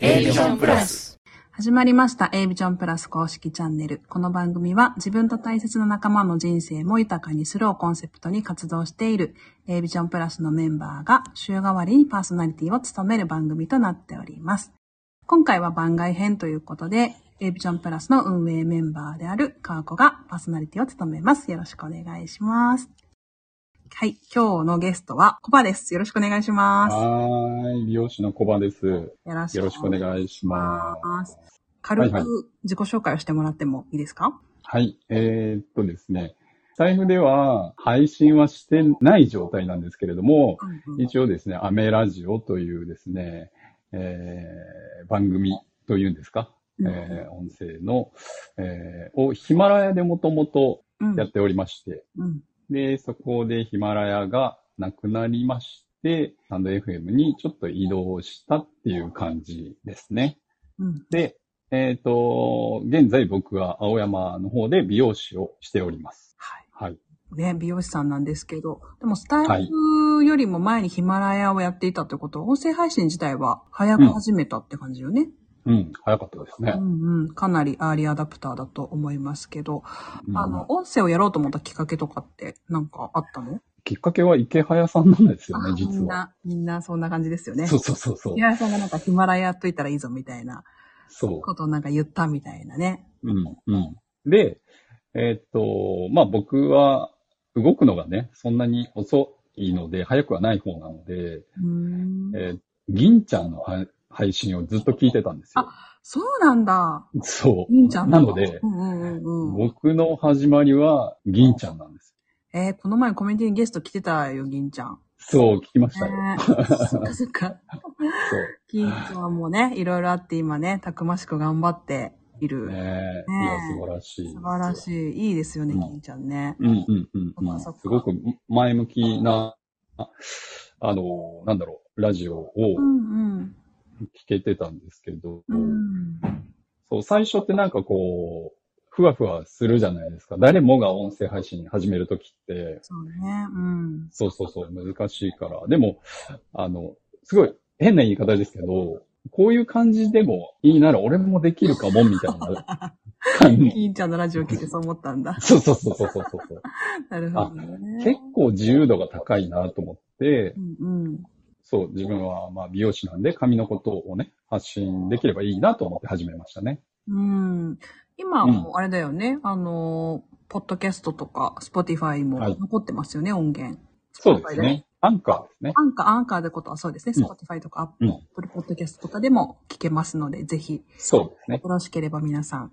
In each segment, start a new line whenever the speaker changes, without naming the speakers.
A ビジョンプラ
ス。
始まりました A ビジョンプラス公式チャンネル。この番組は自分と大切な仲間の人生も豊かにするをコンセプトに活動している A ビジョンプラスのメンバーが週替わりにパーソナリティを務める番組となっております。今回は番外編ということで A ビジョンプラスの運営メンバーである川子がパーソナリティを務めます。よろしくお願いします。はい、今日のゲストはコバです。よろしくお願いします。
はーい、美容師のコバです。よ
よろ
ろしくお願いします。
ます。軽
はいは
く自己紹介をしてもらってもいいですか
はい、えーっとですね。財布では配信はしてない状態なんですけれども、一応ですね、アメラジオというですね、えー番組というんですか、
うん
えー音声の、えーをヒマラヤでもともと
うん
やっておりまして、
うん
で、そこでヒマラヤがなくなりまして、サンド FM にちょっと移動したっていう感じですね。
うん
で、えっ、と、現在僕は青山の方で美容師をしております。
は
はい。
い。ね、美容師さんなんですけど、でもスタ
は
イ
い
フよりも前にヒマラヤをやっていたということは、音声配信自体は早く始めたって感じよね。
うん、早かったです
う
ね。
んうん。かなりアーリーアダプターだと思いますけど、
うん
あの、音声をやろうと思ったきっかけとかってなんかあったの
きっかけは池早さんなんですよ
あ
ね、
み
実
ん
は。
な、みんなそんな感じですよね。
そうそうそうそう。
平井さんがなんかヒマラヤやっといたらいいぞみたいな
そ
ことをなんか言ったみたいなね。
う。うん、うん。で、えっ、と、まあ僕は動くのがね、そんなに遅いので、早くはない方なので、
うーん
えー銀ちゃんのは配信をずっと聞いてたんですよ。
そうなんだ。
そう。
銀ちゃん
な
だ
ので
う、んうんうんうん。
僕の始まりは銀ちゃんなんです。
えーこの前コメディにゲスト来てたよ、銀ちゃん。
そう、聞きましたよ。
ね えそっかそっか。
そう。
銀ちゃんもね、いろいろあって今ね、たくましく頑張っている。
ねえ、
ねえ
いや、素晴らしいです
素
よ。
晴らしい。いいですよね、
うん
銀ちゃんね。
うんうんうん
そっ
う
か
ん。
そっか
すごく前向きな、ああの、なんだろう、ラジオを
うんうん。
聞けてたんですけど、
うん。
そう、最初ってなんかこう、ふわふわするじゃないですか。誰もが音声配信始めるときって、
そうね。うん。
そうそうそう、難しいから。でも、あの、すごい変な言い方ですけど、こういう感じでもいいなら俺もできるかも、みたいな感 じ。。
銀ちゃんのラジオ聞いてそう思ったんだ
そうそうそうそうそうそう。
なるほどね。
結構自由度が高いなと思って
う、んうん。
そう、自分はまあ美容師なんで髪のことをね、発信できればいいなと思って始めましたね。
うん。今はもうあれだよね。あの、ポッドキャストとか、スポティファイも
はい
残ってますよね、音源。
そうですね。アンカーですね。
アンカー、アンカーでことはそうですね。
うん
Spotify とか
うん
Apple Podcast とかでも聞けますので、ぜひ、
そうですね
よ。ろしければ皆さん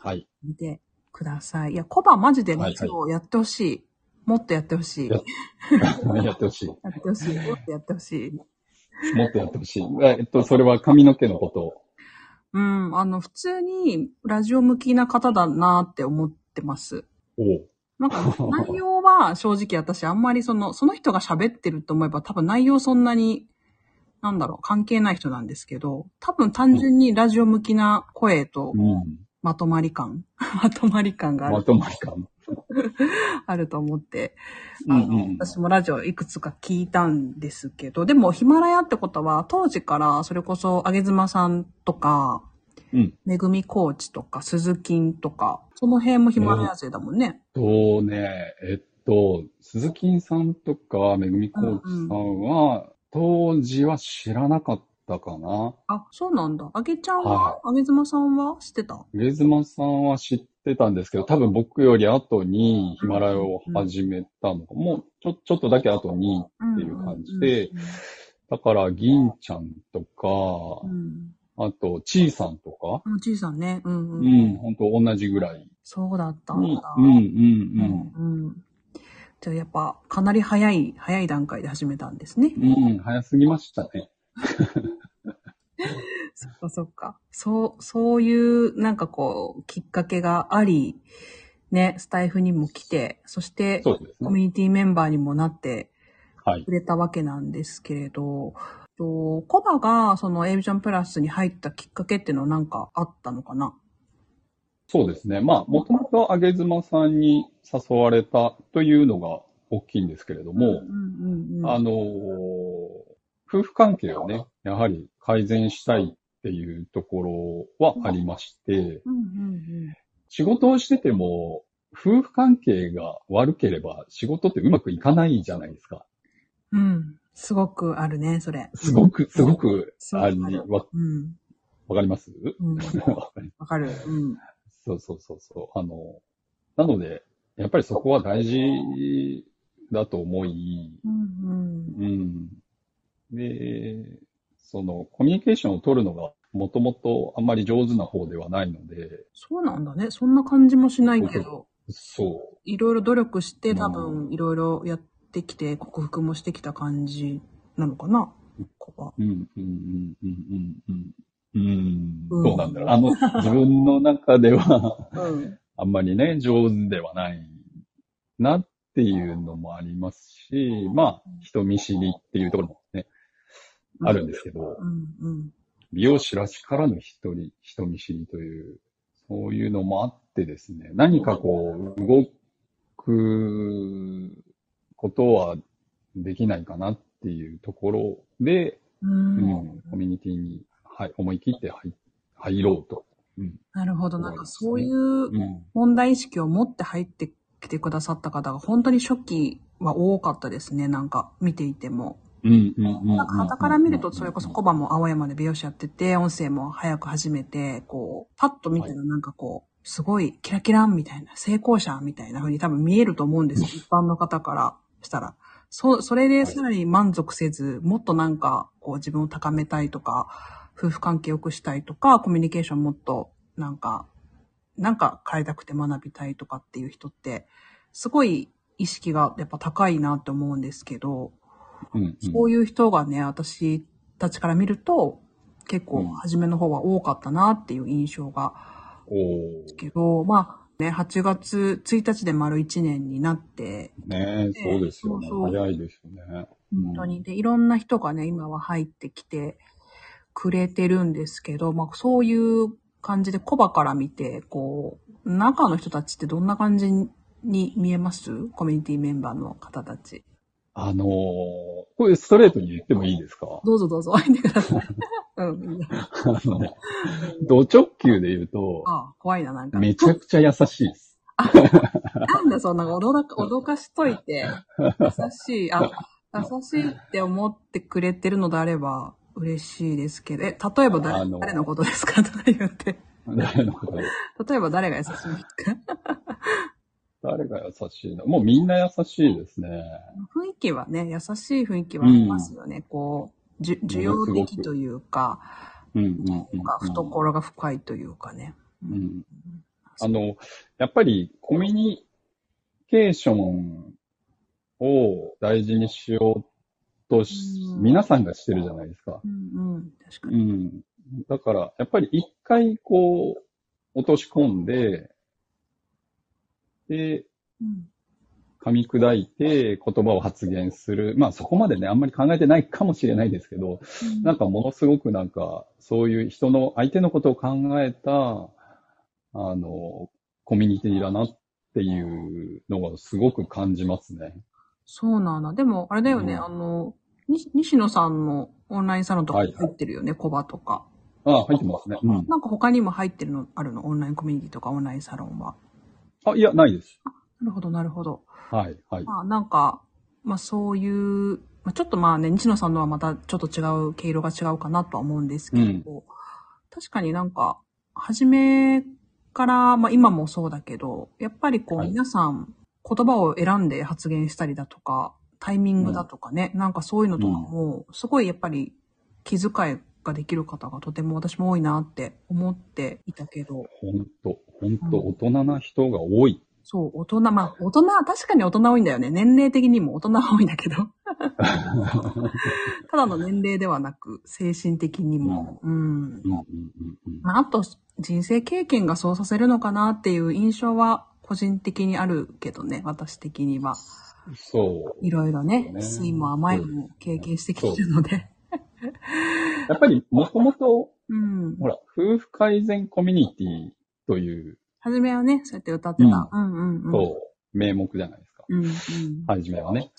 はい。
見てください。いや、コバマジで
はいは
も
い
ちろんやってほしい,、もっとやってほしい。
や
や
っやってほしい。も
ってほしい。もっとやってほしい。
っとやってほしい。えっと、それは髪の毛のこと。
うん。あの、普通にラジオ向きな方だなって思ってます。
を
な んか、内容は正直私あんまりその、その人が喋ってると思えば多分内容そんなに、なんだろう、関係ない人なんですけど、多分単純にラジオ向きな声と
うん。
まとまり感 まとまり感があ
ま
る
とまり感。
あると思って、
うん
あ
う
の
ん。
私もラジオいくつか聞いたんですけど、でもヒマラヤってことは当時からそれこそあげずまさんとか、
うん。
めぐみコーチとか、鈴金とか、その辺もヒマラヤ勢だもんね。
とね、えっと、鈴木さんとか、めぐみこうちさんは、当時は知らなかったかな。
あ、そうなんだ。あげちゃん
は
は、あげずまさんは知ってた
上妻さんは知ってたんですけど、多分僕より後にヒマラヤを始めたのか、もうちょ、ちょっとだけ後に、
って
いう感じでだから銀ちゃんと
う
か、
ん。
あとちいさんとか、
もうじいさんね。うんう。
うんん、本当同じぐらい
そうだったん
に
だ。、
うん、うん、うん。
うん。うん。じゃあやっぱ、かなり早い、早い段階で始めたんですね。
うん、うん、早すぎましたね。
そっかそっか。そう、そういう、なんかこう、きっかけがあり、ね、スタイフにも来て、そして、
そうです
コ
ね。
ミュニティメンバーにもなって
はい。
くれたわけなんですけれど、とコバが、その、エイビジョンプラスに入ったきっかけっていうのはなんかあったのかな
そうですね。まあ、もともとあげずまさんに誘われたというのが大きいんですけれども、
うんうんうん。
あのー夫婦関係をね、やはり改善したいっていうところはありまして、
うんうん
仕事をしてても、夫婦関係が悪ければ仕事ってうまくいかないじゃないですか。
うん。うん。すごくあるね、それ。
すごく、すごく、
そう
あ
あ
り、
る
わ、
うん。
わかります
うん。
わかり
わかる。うん。
そうそうそうそう。あの、なので、やっぱりそこは大事だと思い、
うん
うん。で、その、コミュニケーションを取るのが、もともとあんまり上手な方ではないので、
そうなんだね。そんな感じもしないけど、
そう。
いろいろ努力して
うん
多分いろいろやってきて、克服もしてきた感じなのかなここは。
うん、うん、うん、うん、うん、うん。
うん
どうなんだろう。あの、自分の中では、
うん。
あんまりね、上手ではないなっていうのもありますし、まあ、人見知りっていうところもね、あるんですけど、
うんうん。
美容師らしからぬ一人、人見知りという、そういうのもあってですね、何かこう、動くことはできないかなっていうところで、う
う。
んん、コミュニティに、はい、思い切って入入ろうと。、
なるほど。なんかそういううん問題意識を持って入ってきてくださった方が本当に初期は多かったですね。なんか見ていても。
うん、うん、うん。
なんか傍から見ると、それこそ小判も青山で美容師やってて、音声も早く始めて、こう、パッと見たらなんかこう、すごいキラキランみたいな、成功者みたいな風に多分見えると思うんですよ。一般の方からしたら。そ、それでさらに満足せず、もっとなんか、こう自分を高めたいとか、夫婦関係良くしたいとか、コミュニケーションもっと、なんか、なんか変えたくて学びたいとかっていう人って、すごい意識がやっぱ高いなって思うんですけど、
うん、うん、
そういう人がね、私たちから見ると、結
う
構
ん
初めの方は多かったなっていう印象が
おー
けど、まあね、8月1日で丸1年になって、
ねえ、そうですよね。
そうそう
早いですよね。
本当に。で、いろんな人がね、今は入ってきてくれてるんですけど、まあそういう感じでコバから見て、こう、中の人たちってどんな感じに見えますコミュニティメンバーの方たち。
あのー、これストレートに言ってもいいですか
どうぞどう ぞ、入ってくださ い。うん。
あの、 ド直球で言うと、
ああ、怖いな、なんか。
めちゃくちゃ優しいです。
なんだそんな 驚か、脅かしといて、優しい、あ、優しいって思ってくれてるのであれば嬉しいですけど、え、例えば誰
あの
誰のことですかとか言って。
誰のこと
例えば誰が優しいですか
誰が優しいのもうみんな優しいですね。
雰囲気はね、優しい雰囲気はありますよね。こう、じゅ需要
ものす
的
ごく
というか、
うんうんうん、
なんか
う
懐が深いというかね。
ん。うん。あの、やっぱりコミュニケーションを大事にしようとし、
うん
皆さんがしてるじゃないですか。
うんうん、確か
う
に。
ん。だから、やっぱり一回こう、落とし込んで、で、
うん
噛み砕いて言葉を発言する。まあそこまでね、あんまり考えてないかもしれないですけど、なんかものすごくなんか、そういう人の、相手のことを考えた、あの、コミュニティだなっていうのがすごく感じますね。
そうなんだ。でも、あれだよね、
うん
あの、に西野さんのオンラインサロンとか
はい
入ってるよね、コバとか。
ああ、入ってますね。うん。
なんか他にも入ってるのあるのオンラインコミュニティとかオンラインサロンは。
あ、いや、ないです。
なるほど、なるほど。
はい、はい。
まあなんか、まあそういう、まあちょっとまあね、西野さんのはまたちょっと違う、毛色が違うかなとは思うんですけど、確かになんか、初めから、まあ今もそうだけど、やっぱりこう
はい
皆さん言葉を選んで発言したりだとか、タイミングだとかね、なんかそういうのとかも、すごいやっぱり気遣いができる方がとても私も多いなって思っていたけど、
ほんと、ほんと、大人な人が多い。
そう、大人、まあ、大人、確かに大人多いんだよね。年齢的にも大人は多いんだけ ど。ただの年齢ではなく、精神的にも。うん。
うん、うん、うん。
まあ、あと、人生経験がそうさせるのかなっていう印象は、個人的にあるけどね、私的には。
そう。
いろいろね、
ね
酸いも甘いも経験してきてるので。
やっぱり、もともと、
うん。
ほら、夫婦改善コミュニティという、
初めはね、そうやって歌ってた。うんうんうん。
そう、名目じゃないですか。
うんうん。
はじめはね。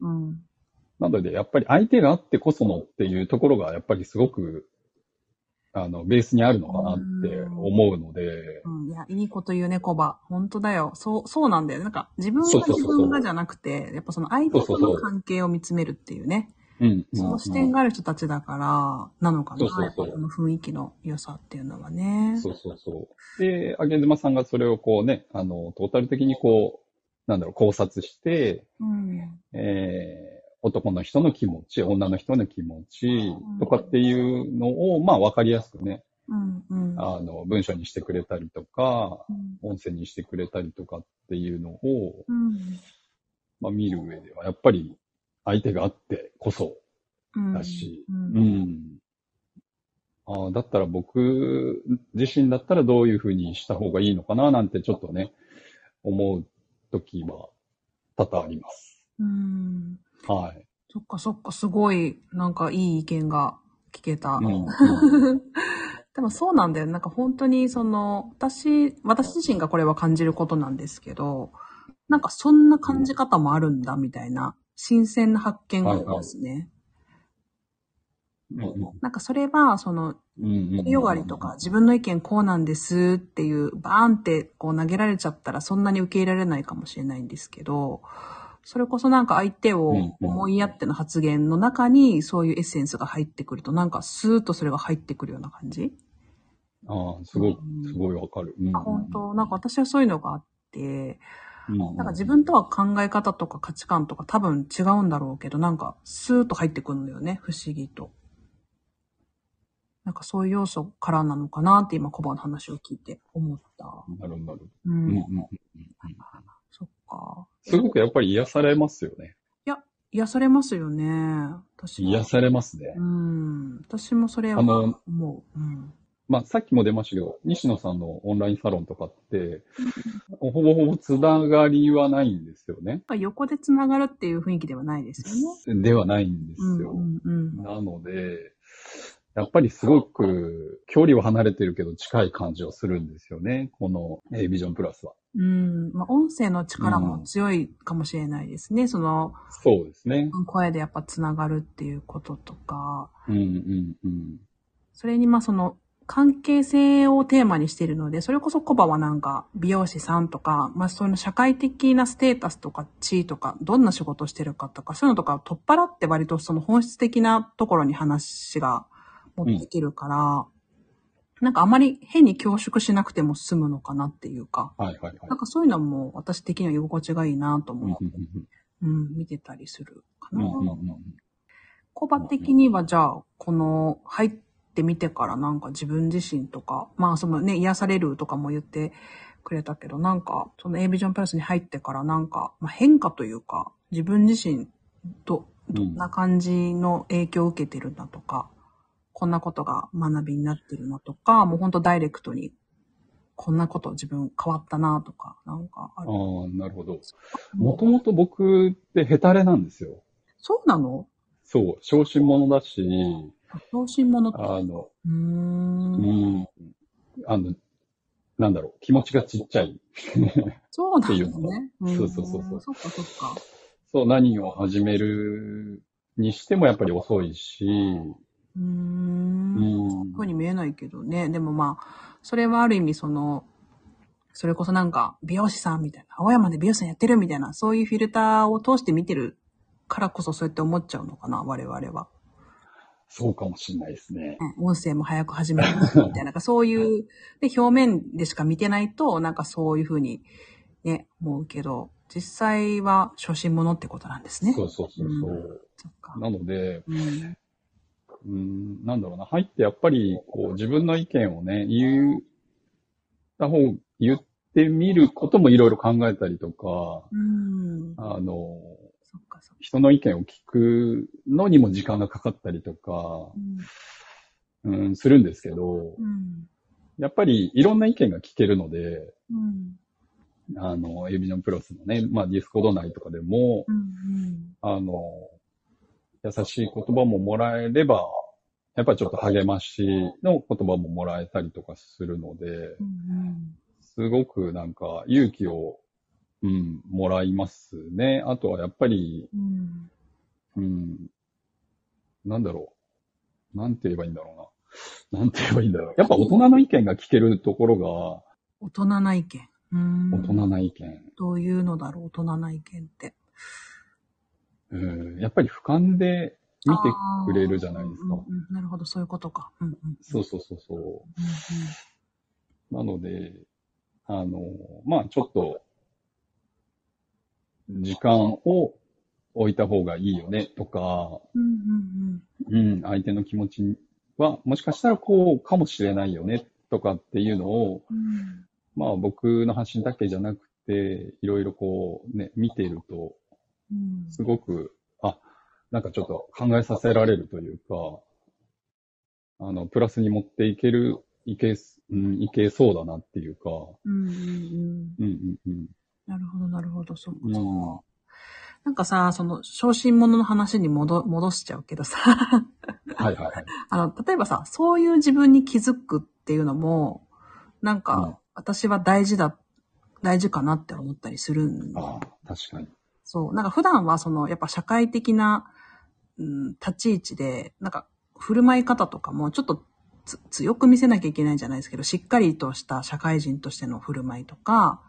うん。
なので、やっぱり相手があってこそのっていうところが、やっぱりすごくあの、ベースにあるのかなって思うので、
うん、いや、いいこと言うね、コバ。本当だよ。そう、そうなんだよ。なんか、自分
そう
が
そうそう
自
そう
分がじゃなくて、やっぱその相手
そ
と
うそうそ
の
う
関係を見つめるっていうね。
うん。
その視点がある人たちだから、なのかな。
そうそうそう
やっぱこの雰囲気の良さっていうのはね。
そうそうそう。で、あげずまさんがそれをこうね、あの、トータル的にこう、なんだろう、考察して、
うん。
えー、男の人の気持ち、女の人の気持ちとかっていうのを、まあ、わかりやすくね、
うん。うん。
あの、文章にしてくれたりとか、
うん
音声にしてくれたりとかっていうのを、
うん。
まあ、見る上では、やっぱり相手があってこそ
うん。
だし、
う。
うんん。ああ、だったら僕自身だったらどういうふうにした方がいいのかななんてちょっとね、思う時は多々あります。
うん。
はい。
そっかそっか、すごい、なんかいい意見が聞けた。
うんうん
でもそうなんだよ。なんか本当にその、私、私自身がこれは感じることなんですけど、なんかそんな感じ方もあるんだみたいな、新鮮な発見がありますね。
うんうん
なんかそれは、その、
うんうん
ヨガリとか、自分の意見こうなんですっていう、バーンってこう投げられちゃったらそんなに受け入れられないかもしれないんですけど、それこそなんか相手を思いやっての発言の中にそういうエッセンスが入ってくると、なんかスーッとそれが入ってくるような感じ
ああ、すごい、すごいわかる。うんうん
あ、本当なんか私はそういうのがあって、
うんうん
なんか自分とは考え方とか価値観とか多分違うんだろうけど、なんかスーッと入ってくるのよね、不思議と。なんかそういう要素からなのかなって今コバの話を聞いて思った。
なるほどなるほど
う。
うんんうん。
そっか。
すごくやっぱり癒されますよね。
いや、癒されますよね。私も
癒されますね
う。ん。私もそれは
あの
思う。うん。
まあ、さっきも出ましたけど、西野さんのオンラインサロンとかって、ほぼほぼつながりはないんですよね。
まあ横で繋がるっていう雰囲気ではないですよね。
ではないんですよ。
うんうんうん。
なので、やっぱりすごく距離は離れてるけど近い感じはするんですよね。この A ビジョンプラスは。
うん。まあ、音声の力も強いかもしれないですね。その、
そうですね。
声でやっぱつながるっていうこととか、
うんうんうん。
それにまあその関係性をテーマにしているので、それこそコバはなんか美容師さんとか、まあその社会的なステータスとか地位とか、どんな仕事をしてるかとか、そういうのとかを取っ払って割とその本質的なところに話が持ってきてるから、なんかあまり変に恐縮しなくても済むのかなっていうか、
はいはいはい
なん。かそういうのも私的には居心地がいいなと
うんうん
思う。うん、見てたりするか
うん
な。
うんうんうん
コバ的にはじゃあ、この入ってみてからなんか自分自身とか、まあそのね、癒されるとかも言ってくれたけど、なんか、その A ビジョンプラスに入ってからなんか、まあ、変化というか、自分自身ど、どんな感じの影響を受けてるなとか、こんなことが学びになってるなとか、もうほんとダイレクトに、こんなこと自分変わったなとか、なんかある。
ああ、なるほど。もともと僕ってヘタレなんですよ。
そうなの
そう。小心者だし、
昇進者って。
あの、
うーん
うん。あの、なんだろう、気持ちがちっちゃい。
そうなんです
っていうの
ね。
そうそうそうそうん
そっかそっか。
そう、何を始めるにしてもやっぱり遅いし、
うー。
うんん。
ふうに見えないけどね。でもまあ、それはある意味その、それこそなんか、美容師さんみたいな、青山で美容師さんやってるみたいな、そういうフィルターを通して見てるからこそそうやって思っちゃうのかな、我々は。
そうかもしれないですね。
うん音声も早く始めるみたいな、なんかそういう、で、表面でしか見てないと、なんかそういうふうにね、思うけど、実際は初心者ってことなんですね。
そうそうそうそうう。
そっか。
なので、
うん。
うん、なんだろうな、入ってやっぱり、こう、自分の意見をね、言った方、言ってみることもいろいろ考えたりとか、
うん。
あの、
そっかそっか。
人の意見を聞くのにも時間がかかったりとか
う、ん
うん、するんですけど、
うん
やっぱりいろんな意見が聞けるので、
うん
あの、エビジョンプロスのね、まあディスコード内とかでも、
うん
あの、優しい言葉ももらえれば、やっぱりちょっと励ましの言葉ももらえたりとかするので、
うん
すごくなんか勇気を、うん、もらいますね。あとはやっぱり、
うん
うん、なんだろう。なんて言えばいいんだろうなんて言えばいいんだろう。やっぱ大人の意見が聞けるところ
大人な意見。うーん
が、大人な意見。
どういうのだろう、大人な意見って。
うん、やっぱり俯瞰で見てくれるじゃないです
あー
か。
うんうんなるほど、そういうことか。うんうんうん、
そうそうそうそ
うんうん
う。なので、あの、まあちょっと、時間を置いた方がいいよねとか、
うんうん
うん、相手の気持ちは、もしかしたらこうかもしれないよねとかっていうのを、
うんうん
まあ僕の発信だけじゃなくて、いろいろこうね、見ていると、
うん
すごく、あ、なんかちょっと考えさせられるというか、あの、プラスに持っていける、いけす、うん、いけそうだなっていうか、
うんうんうん
うんうん
なるほど、なるほど、そうか
うん。うん、
なんかさ、その、昇進者の話に戻、戻しちゃうけどさ、
はいはいはい。
あの、例えばさ、そういう自分に気づくっていうのも、なん
うん
か、私は大事だ、大事かなって思ったりするんだよね
ああ、確かに。
そう。なんか普段はその、やっぱ社会的な、うん、立ち位置で、なんか振る舞い方とかもちょっとつ強く見せなきゃいけないじゃないですけど、しっかりとした社会人としての振る舞いとか、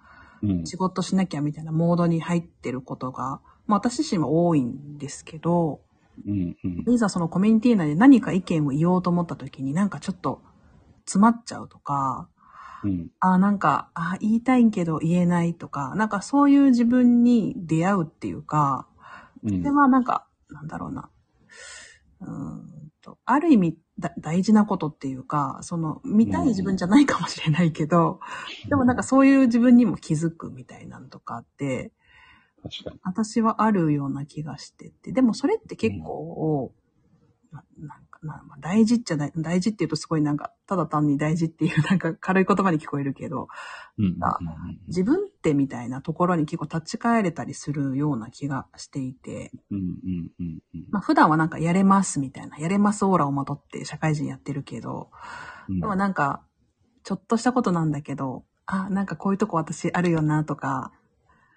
うん。
仕事しなきゃみたいなモードに入ってることが、まあ私自身は多いんですけど、
うんうん。
いざそのコミュニティ内で何か意見を言おうと思った時になんかちょっと詰まっちゃうとか、
うん。
あ、なんか、あ、言いたいんけど言えないとか、なんかそういう自分に出会うっていうか、
う
それ
ん。
はなんか、なんだろうな。うーんと、ある意味だ大事なことっていうか、その、見たい自分じゃないかもしれないけど、でもなんかそういう自分にも気づくみたいなのとかって、
確かに。
私はあるような気がしてて、でもそれって結構、ななんかなまあ大事っちゃ大大事っていうとすごいなんか、ただ単に大事っていうなんか軽い言葉に聞こえるけど、
うんうん
あ
う
自分ってみたいなところに結構立ち返れたりするような気がしていて、
んうんうんうんうん
まあ普段はなんかやれますみたいな、やれますオーラをまとって社会人やってるけど、
うん
でもなんか、ちょっとしたことなんだけど、あ、なんかこういうとこ私あるよなとか、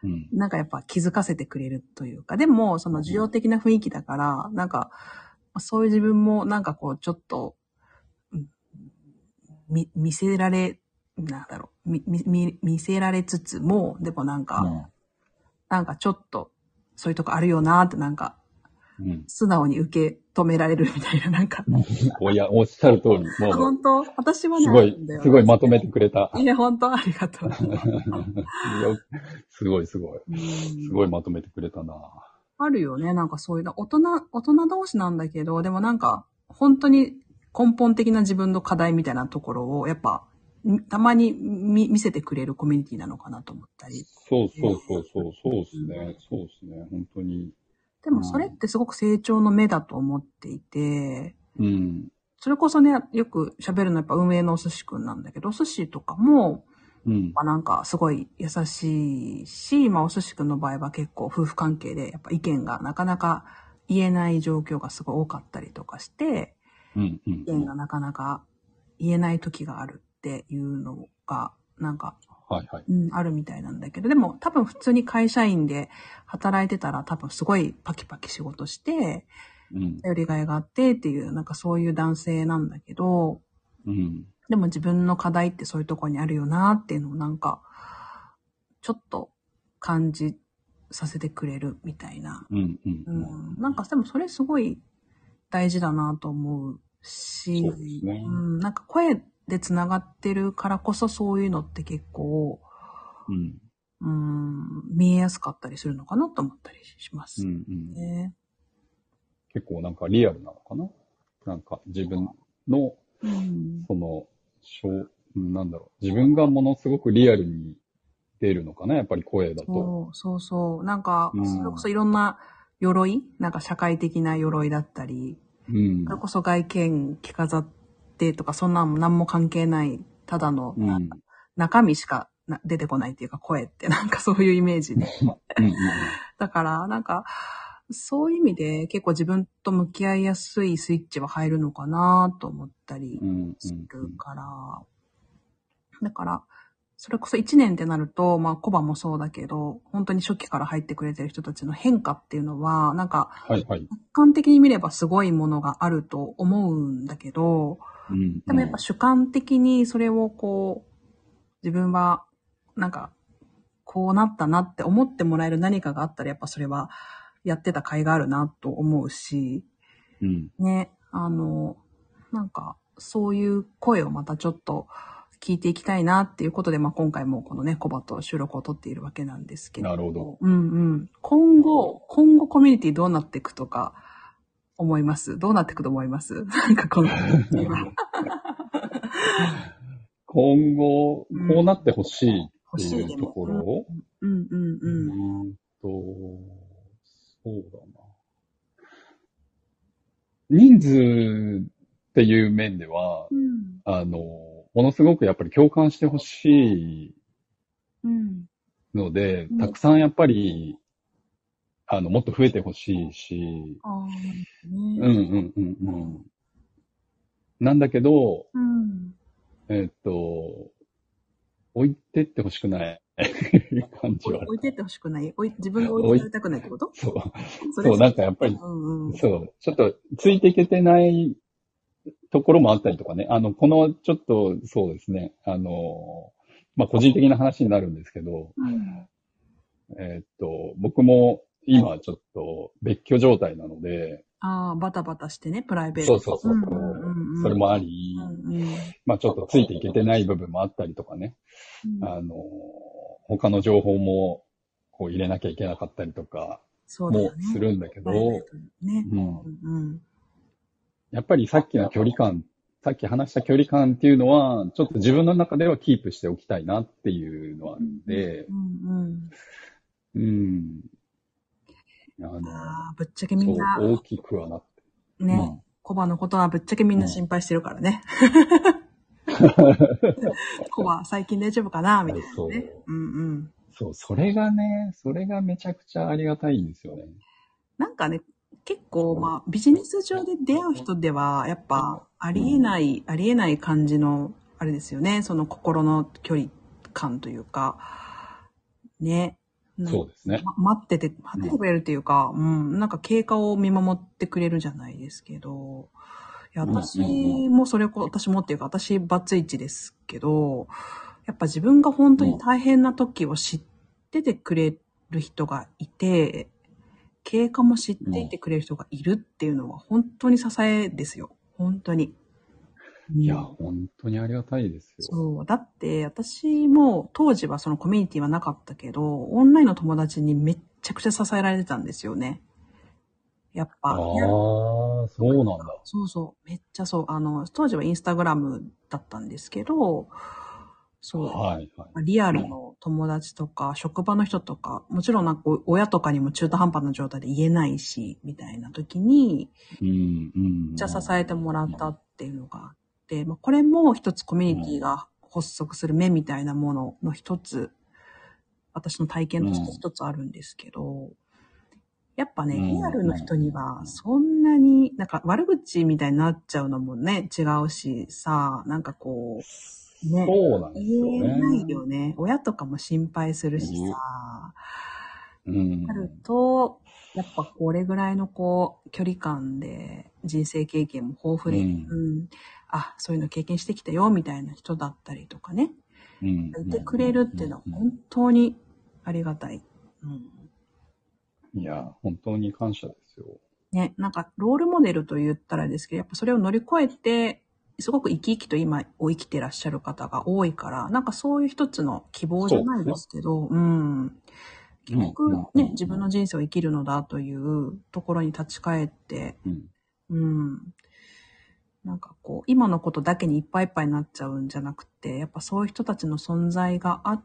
うん
なんかやっぱ気づかせてくれるというか、でもその需要的な雰囲気だから、なんか、そういう自分もなんかこうちょっと、うんみ、見せられ、なんだろう、み、み、み見せられつつも、でもなんか、なんかちょっと、そういうとこあるよなってなんか
うんうん
素直に受け止められるみたいな、なんか。
おや、おっしゃる通り。もう、
本当私はね、
すご
あ
い
るんだよ、
すごいまとめてくれた。
いや、本当あり がとう。
よすごいすごい。す
うん
ごいまとめてくれたな。
あるよね、なんかそういうの。大人、大人同士なんだけど、でもなんか、本当に根本的な自分の課題みたいなところを、やっぱ、みたまに見見せてくれるコミュニティなのかなと思ったり。
そうそうそうそう、そうっすね。そうっすね。本当に。
でもそれってすごく成長の目だと思っていて、
うん。
それこそね、よく喋るのはやっぱ運営のお寿司くんなんだけど、お寿司とかも、
うん。
まあ、なんかすごい優しいし、まあお寿司くんの場合は結構夫婦関係でやっぱ意見がなかなか言えない状況がすごい多かったりとかして、
うん。うん
意。見がなかなか言えない時があるっていうのが、なんか、
はいはい。
うん、あるみたいなんだけど、でも多分普通に会社員で働いてたら多分すごいパキパキ仕事して、
うん。
やりがいがあってっていう、なんかそういう男性なんだけど、
うん。
でも自分の課題ってそういうとこにあるよなっていうのをなんか、ちょっと感じさせてくれるみたいな。
うん。うん。
う
うん
ん。なんかでもそれすごい大事だなと思うし、
そうですね
ん。なんか声でつながってるからこそそういうのって結構、
うん。
うん、見えやすかったりするのかなと思ったりしま
う
す
ん。うん。
ね。
結構なんかリアルなのかななんか自分の、
うん。
その、しょう、うんなんだろう。自分がものすごくリアルに出るのかなやっぱり声だと。
そうそうそう。なんか、
うん
それこそいろんな鎧なんか社会的な鎧だったり、
うん
そ。れこそ外見着飾ってとか、そんなんも何も関係ない、ただの
うん。うん。うん
中身しかな出てこないっていうか声ってなんかそういうイメージで。
うん。
だから、なんか、そういう意味で結構自分と向き合いやすいスイッチは入るのかなと思ったり
うん。うん
するから。だから、それこそ1年ってなると、まあ、コバもそうだけど、本当に初期から入ってくれてる人たちの変化っていうのは、なんか、
はいはい。
客観的に見ればすごいものがあると思うんだけど、
うん、
でもやっぱ主観的にそれをこう、自分は、なんか、こうなったなって思ってもらえる何かがあったら、やっぱそれはやってた甲斐があるなと思うし、
うん。
ね、あの、なんか、そういう声をまたちょっと聞いていきたいなっていうことで、まあ今回もこのね、コバと収録を取っているわけなんですけど。
なるほど。
うんうん。今後、今後コミュニティどうなっていくとか、思いますどうなっていくと思います なんか この、今
今後、こうなってほしいっ
欲
て
し
い
いで
うと
も。
ころを、
うんうん
う
うん。
ーんと、そうだな。人数っていう面では、
うん。
あの、ものすごくやっぱり共感してほしい
うん。
ので
うん、
たくさんやっぱり、あの、もっと増えてほしいし、
ああ、
うん
な
う
るほどね。
んうんうん。なんだけど、
うん。
えっと、置いてってほしくない 感じ
置い
は。
置いてってほしくないおい自分が置いてされたくないってこと
そう、
そ
そう、なんかやっぱり、
うんうん。
そう、ちょっとついていけてないところもあったりとかね。あの、この、ちょっと、そうですね。あの、まあ、個人的な話になるんですけど、
うん
えーっと、僕も今ちょっと別居状態なので、
ああ、バタバタしてね、プライベー
そ
ト。
うそうそう、
んうんうん
それもあり
う、んうん。
まあ、ちょっとついていけてない部分もあったりとかね。あの、他の情報も、こう入れなきゃいけなかったりとか
そうだ
も
よ
す
ね。
るんだけど、
ね。
うん
う、んうん。
やっぱりさっきの距離感、さっき話した距離感っていうのは、ちょっと自分の中ではキープしておきたいなっていうのはあるんで
う、ん
う
うん。
ん。あの、
ああ、ぶっちゃけみ
そ
んな、
う、大きくはなって。う
ね、
ん
コバのことはぶっちゃけみんな心配してるからね。 コバ、最近大丈夫かなみたいなね。
そう
うんうん。
そう、それがね、それがめちゃくちゃありがたいんですよね。
なんかね、結構、まあ、ビジネス上で出会う人では、やっぱ、ありえない、ありえない感じの、あれですよね、その心の距離感というか、ね。なんか
そうですね。
ま待ってて、待っててくれるっていうか、うん、なんか経過を見守ってくれるじゃないですけど、いや、
うんうんうん
私もそれこ、私もっていうか、私バツイチですけど、やっぱ自分が本当に大変な時を知っててくれる人がいて、経過も知っていてくれる人がいるっていうのは本当に支えですよ。本当に。
いや、
うん
本当にありがたいですよ。
そう。だって、私も当時はそのコミュニティはなかったけど、オンラインの友達にめっちゃくちゃ支えられてたんですよね。やっ
あ
ぱ
あ。、そうなんだ。
そうそう。めっちゃそう。あの、当時はインスタグラムだったんですけど、そう。
はい、はい。
リアルの友達とか、職場の人とか、もちろんなんか親とかにも中途半端な状態で言えないし、みたいな時に、
うん、うん。
めっちゃ支えてもらったっていうのがあって、まあ、これも一つコミュニティが発足する目みたいなものの一つ、私の体験として一つあるんですけど、やっぱね、
うん
リアルの人にはそんなに、なんか悪口みたいになっちゃうのもね、違うしさ、なんかこう、ね、
そうなんですよ
言え
ね。
ないよね。親とかも心配するしさ、
うん
あ。ると、やっぱこれぐらいのこう、距離感で人生経験も豊富で、
うん
うんあ、そういうの経験してきたよ、みたいな人だったりとかね、
うん
いてくれるっていうのは
うん
本当にありがたい。うん
いや、本当に感謝ですよ。
ね、なんかロールモデルと言ったらですけど、やっぱそれを乗り越えて、すごく生き生きと今を生きてらっしゃる方が多いから、なんかそういう一つの希望じゃないですけど、うん。結
うん
局
うん、
ね、自分の人生を生きるのだというところに立ち返って、
うん。
うん。なんかこう、今のことだけにいっぱいいっぱいになっちゃうんじゃなくて、やっぱそういう人たちの存在があっ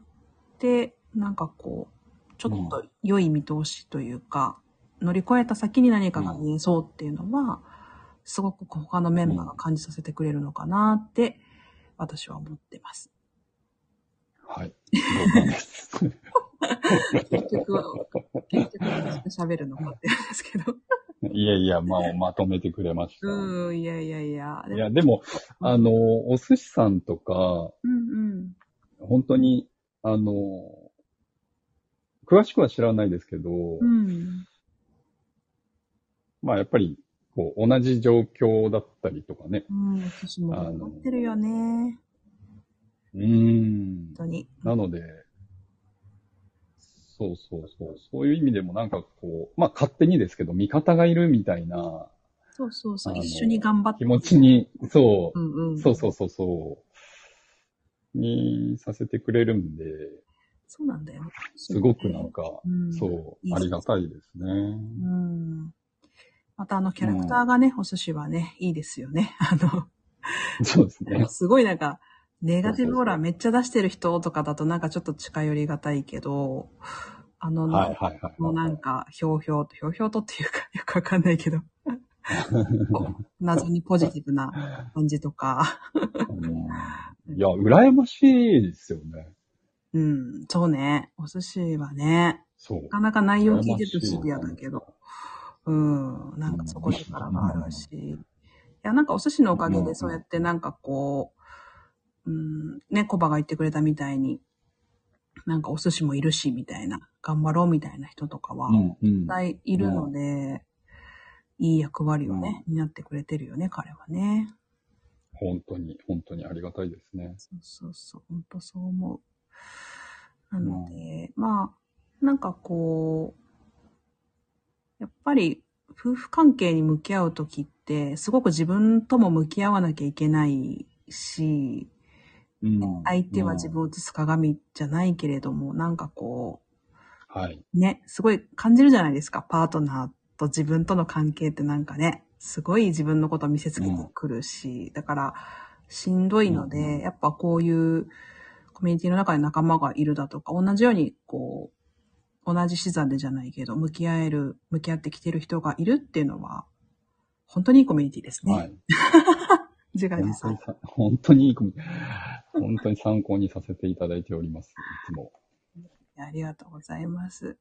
て、なんかこう、ちょっと良い見通しというか、乗り越えた先に何かが見えそうっていうのは、すごく他のメンバーが感じさせてくれるのかなって、私は思ってます。
はい。同感です。
結局は、結局は私が喋るのかって言うんですけど。
いやいや、まあ、まとめてくれました。
うん、いやいやいや。
いや、でも、あの、お寿司さんとか、
うんうん。
本当に、あの、詳しくは知らないですけど、
うん。
まあやっぱり、こう、同じ状況だったりとかね。
うん、私も
あの
思ってるよね。
うーん
本。当に。
なので、そうそうそう、そういう意味でもなんかこう、まあ勝手にですけど、味方がいるみたいな
そうそうそう。
あの
一緒に頑張って。、
気持ちに、そう
んうん。
そうそうそうそう、にさせてくれるんで、
そうなんだよ。
すごくなんか、
うん
そう、
いい
ありがたいですね。
うん。またあのキャラクターがね、お寿司はね、いいですよね。 あ
そうですね
の、。すごいなんか、ネガティブオーラめっちゃ出してる人とかだとなんかちょっと近寄りがたいけど、あの、
はいはいはい
もうな
は
んか、ひょうひょうと、ひょうひょうとっていうか、 よくわかんな いけど、こう謎にポジティブな感じとか、
い。いや、羨ましいですよね。
うん、そうね、お寿司はね、
そう
な。かなか内容聞いてるとシビアだけど、うん、なんかそこにからがあるし。いや、なんかお寿司のおかげでそうやってなんかこう、うん、ね、コバが言ってくれたみたいに、なんかお寿司もいるし、みたいな、頑張ろうみたいな人とかは、
う
絶
んうん。
対いるので、いい役割をね、担ってくれてるよね、彼はね。
本当に、本当にありがたいですね。
そうそうそう、本当そう思う。なので、まあ、なんかこう、やっぱり夫婦関係に向き合うときって、すごく自分とも向き合わなきゃいけないし、
うん
相手は自分を映す鏡じゃないけれども、なんかこ
はい。
う、ね、すごい感じるじゃないですか、パートナーと自分との関係ってなんかね、すごい自分のことを見せつけてくるし、だから、しんどいので、
うんうん
やっぱこういうコミュニティの中で仲間がいるだとか、同じようにこう、同じ視座でじゃないけど、向き合える、向き合ってきてる人がいるっていうのは、本当にいいコミュニティですね。
はい。
自画
本
自
当に
賛。
さ、本当にいい組本当に参考にさせていただいております。いつも。
ありがとうございます。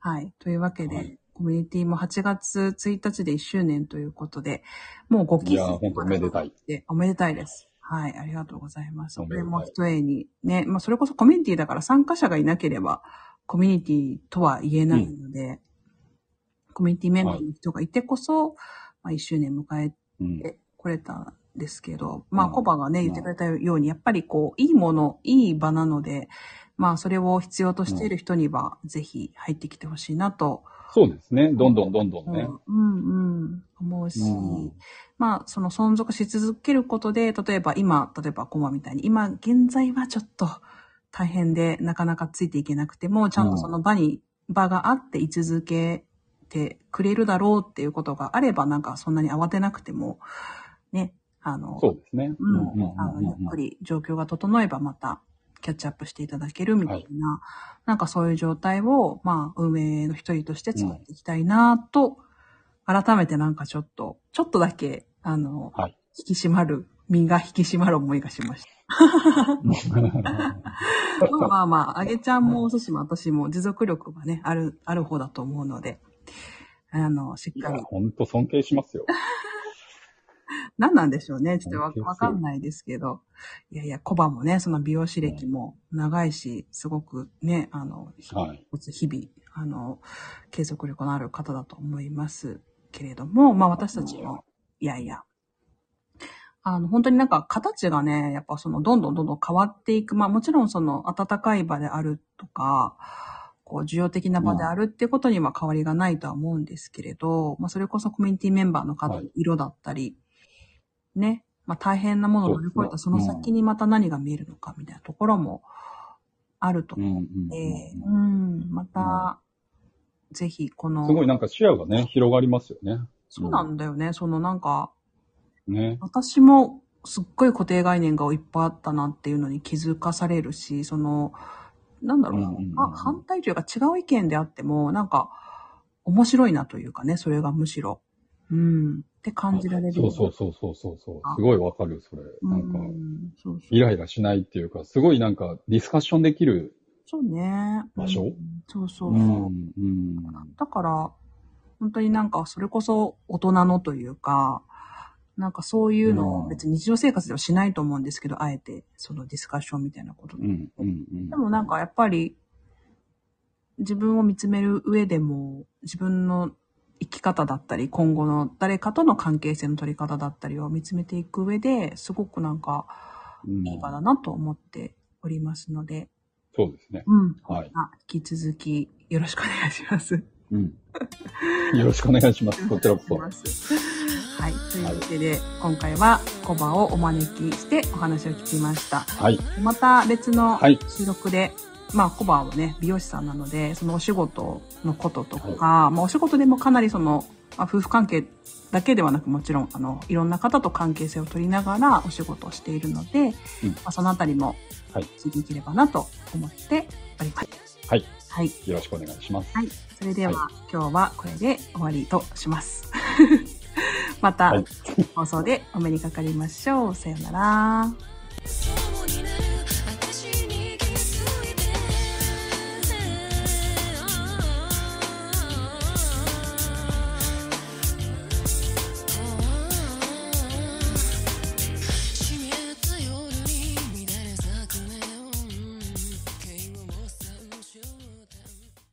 はい。というわけで、
はい
コミュニティも8月1日で1周年ということで、もうご
い
期
やーほんとおめでたい。
おめでたいです。はい。ありがとうございます。
お
こ
めで
れ
たい
も一重にね、まあそれこそコミュニティだから参加者がいなければ、コミュニティとは言えないので、コミュニティメンバーの人がいてこそ、まあ1周年迎え
うん。
ってこれたんですけど、まあ、
うん
コバがね、
うん
言ってくれたように、やっぱりこう、いいもの、いい場なので、まあ、それを必要としている人には、ぜひ入ってきてほしいなと、
そうですね。どんどんどんどんね。
うんうん、思うし、
うん
まあ、その存続し続けることで、例えば今、例えばコマみたいに、今、現在はちょっと大変で、なかなかついていけなくても、ちゃんとその場に、場があって居続けてくれるだろうっていうことがあれば、なんかそんなに慌てなくても、ね、あの、
そうですね。
うん
うんうん
あ
う
の、
ん
ゆっくり状況が整えばまたキャッチアップしていただけるみたいな、なんかそういう状態を、まあ、運営の一人として作っていきたいなと、改めてなんかちょっと、ちょっとだけ、あの、
はい
引き締まる、身が引き締まる思いがしました。 まあまあまあ、あげちゃんもお寿司も私も持続力がね、ある、ある方だと思うので、あの、しっ
い
か
や
り、
本当尊敬しますよ。
何なんでしょうね。ちょっと
本当です
わ
よ
わかんないですけど。いやいや、コバもね、その美容師歴も長いし、すごくね、あの、
はい。
日々、あの、継続力のある方だと思いますけれども、まあ私たちも、いやいや、あの、本当になんか形がね、やっぱその、どんどんどんどん変わっていく。まあもちろんその、温かい場であるとか、こう、需要的な場であるってことには変わりがないとは思うんですけれど、まあそれこそコミュニティメンバーの方
は
の
い
色だったり、ね、まあ大変なものを乗り越えたそ
そうで
の
すね
先にまた何が見えるのかみたいなところもあると
うん
思う
うん
の
う
で、
んうん
うん、また、ぜひこの、
すごいなんか視野がね、広がりますよね。
そうなんだよね、そのなんか、
ね。
私もすっごい固定概念がいっぱいあったなっていうのに気づかされるし、その、なんだろうな、
うんうんうんうん
あ反対というか違う意見であっても、なんか面白いなというかね、それがむしろ。うん。って感じられる。
そうそうそうそうそうそう
あ。
すごいわかる、それ。
う
なんか、
ん。そうそう
イライラしないっていうか、すごいなんかディスカッションできる。
そうね。
場所
うんそうそううそう。
んうん。
だから、本当になんかそれこそ大人のというか、なんかそういうのを別に日常生活ではしないと思うんですけど、あえてそのディスカッションみたいなこと
う
で。
ん、うん、うん。
でもなんかやっぱり自分を見つめる上でも自分の生き方だったり、今後の誰かとの関係性の取り方だったりを見つめていく上ですごくなんか
うん
いい場だなと思っておりますので、
そうですね。
うん。
はい。
あ引き続きよろしくお願いします。
うん。よろ しくお願いします。こちらこそ。
はい。というわけで、今回はコバをお招きしてお話を聞きました。
はい。
また別の
はい
収録で、まあコバはね、美容師さんなので、そのお仕事のこととか、まあお仕事でもかなりその、まあ夫婦関係だけではなくもちろん、あの、いろんな方と関係性を取りながらお仕事をしているので、
うん
まあそのあたりも
はい
聞いていければなと思っております。
はい。
はい。
よろしくお願いします。
はい。それでは、
は
今日はこれで終わりとします。 また、
はい。
放送でお目にかかりましょう。さようなら。
今日になる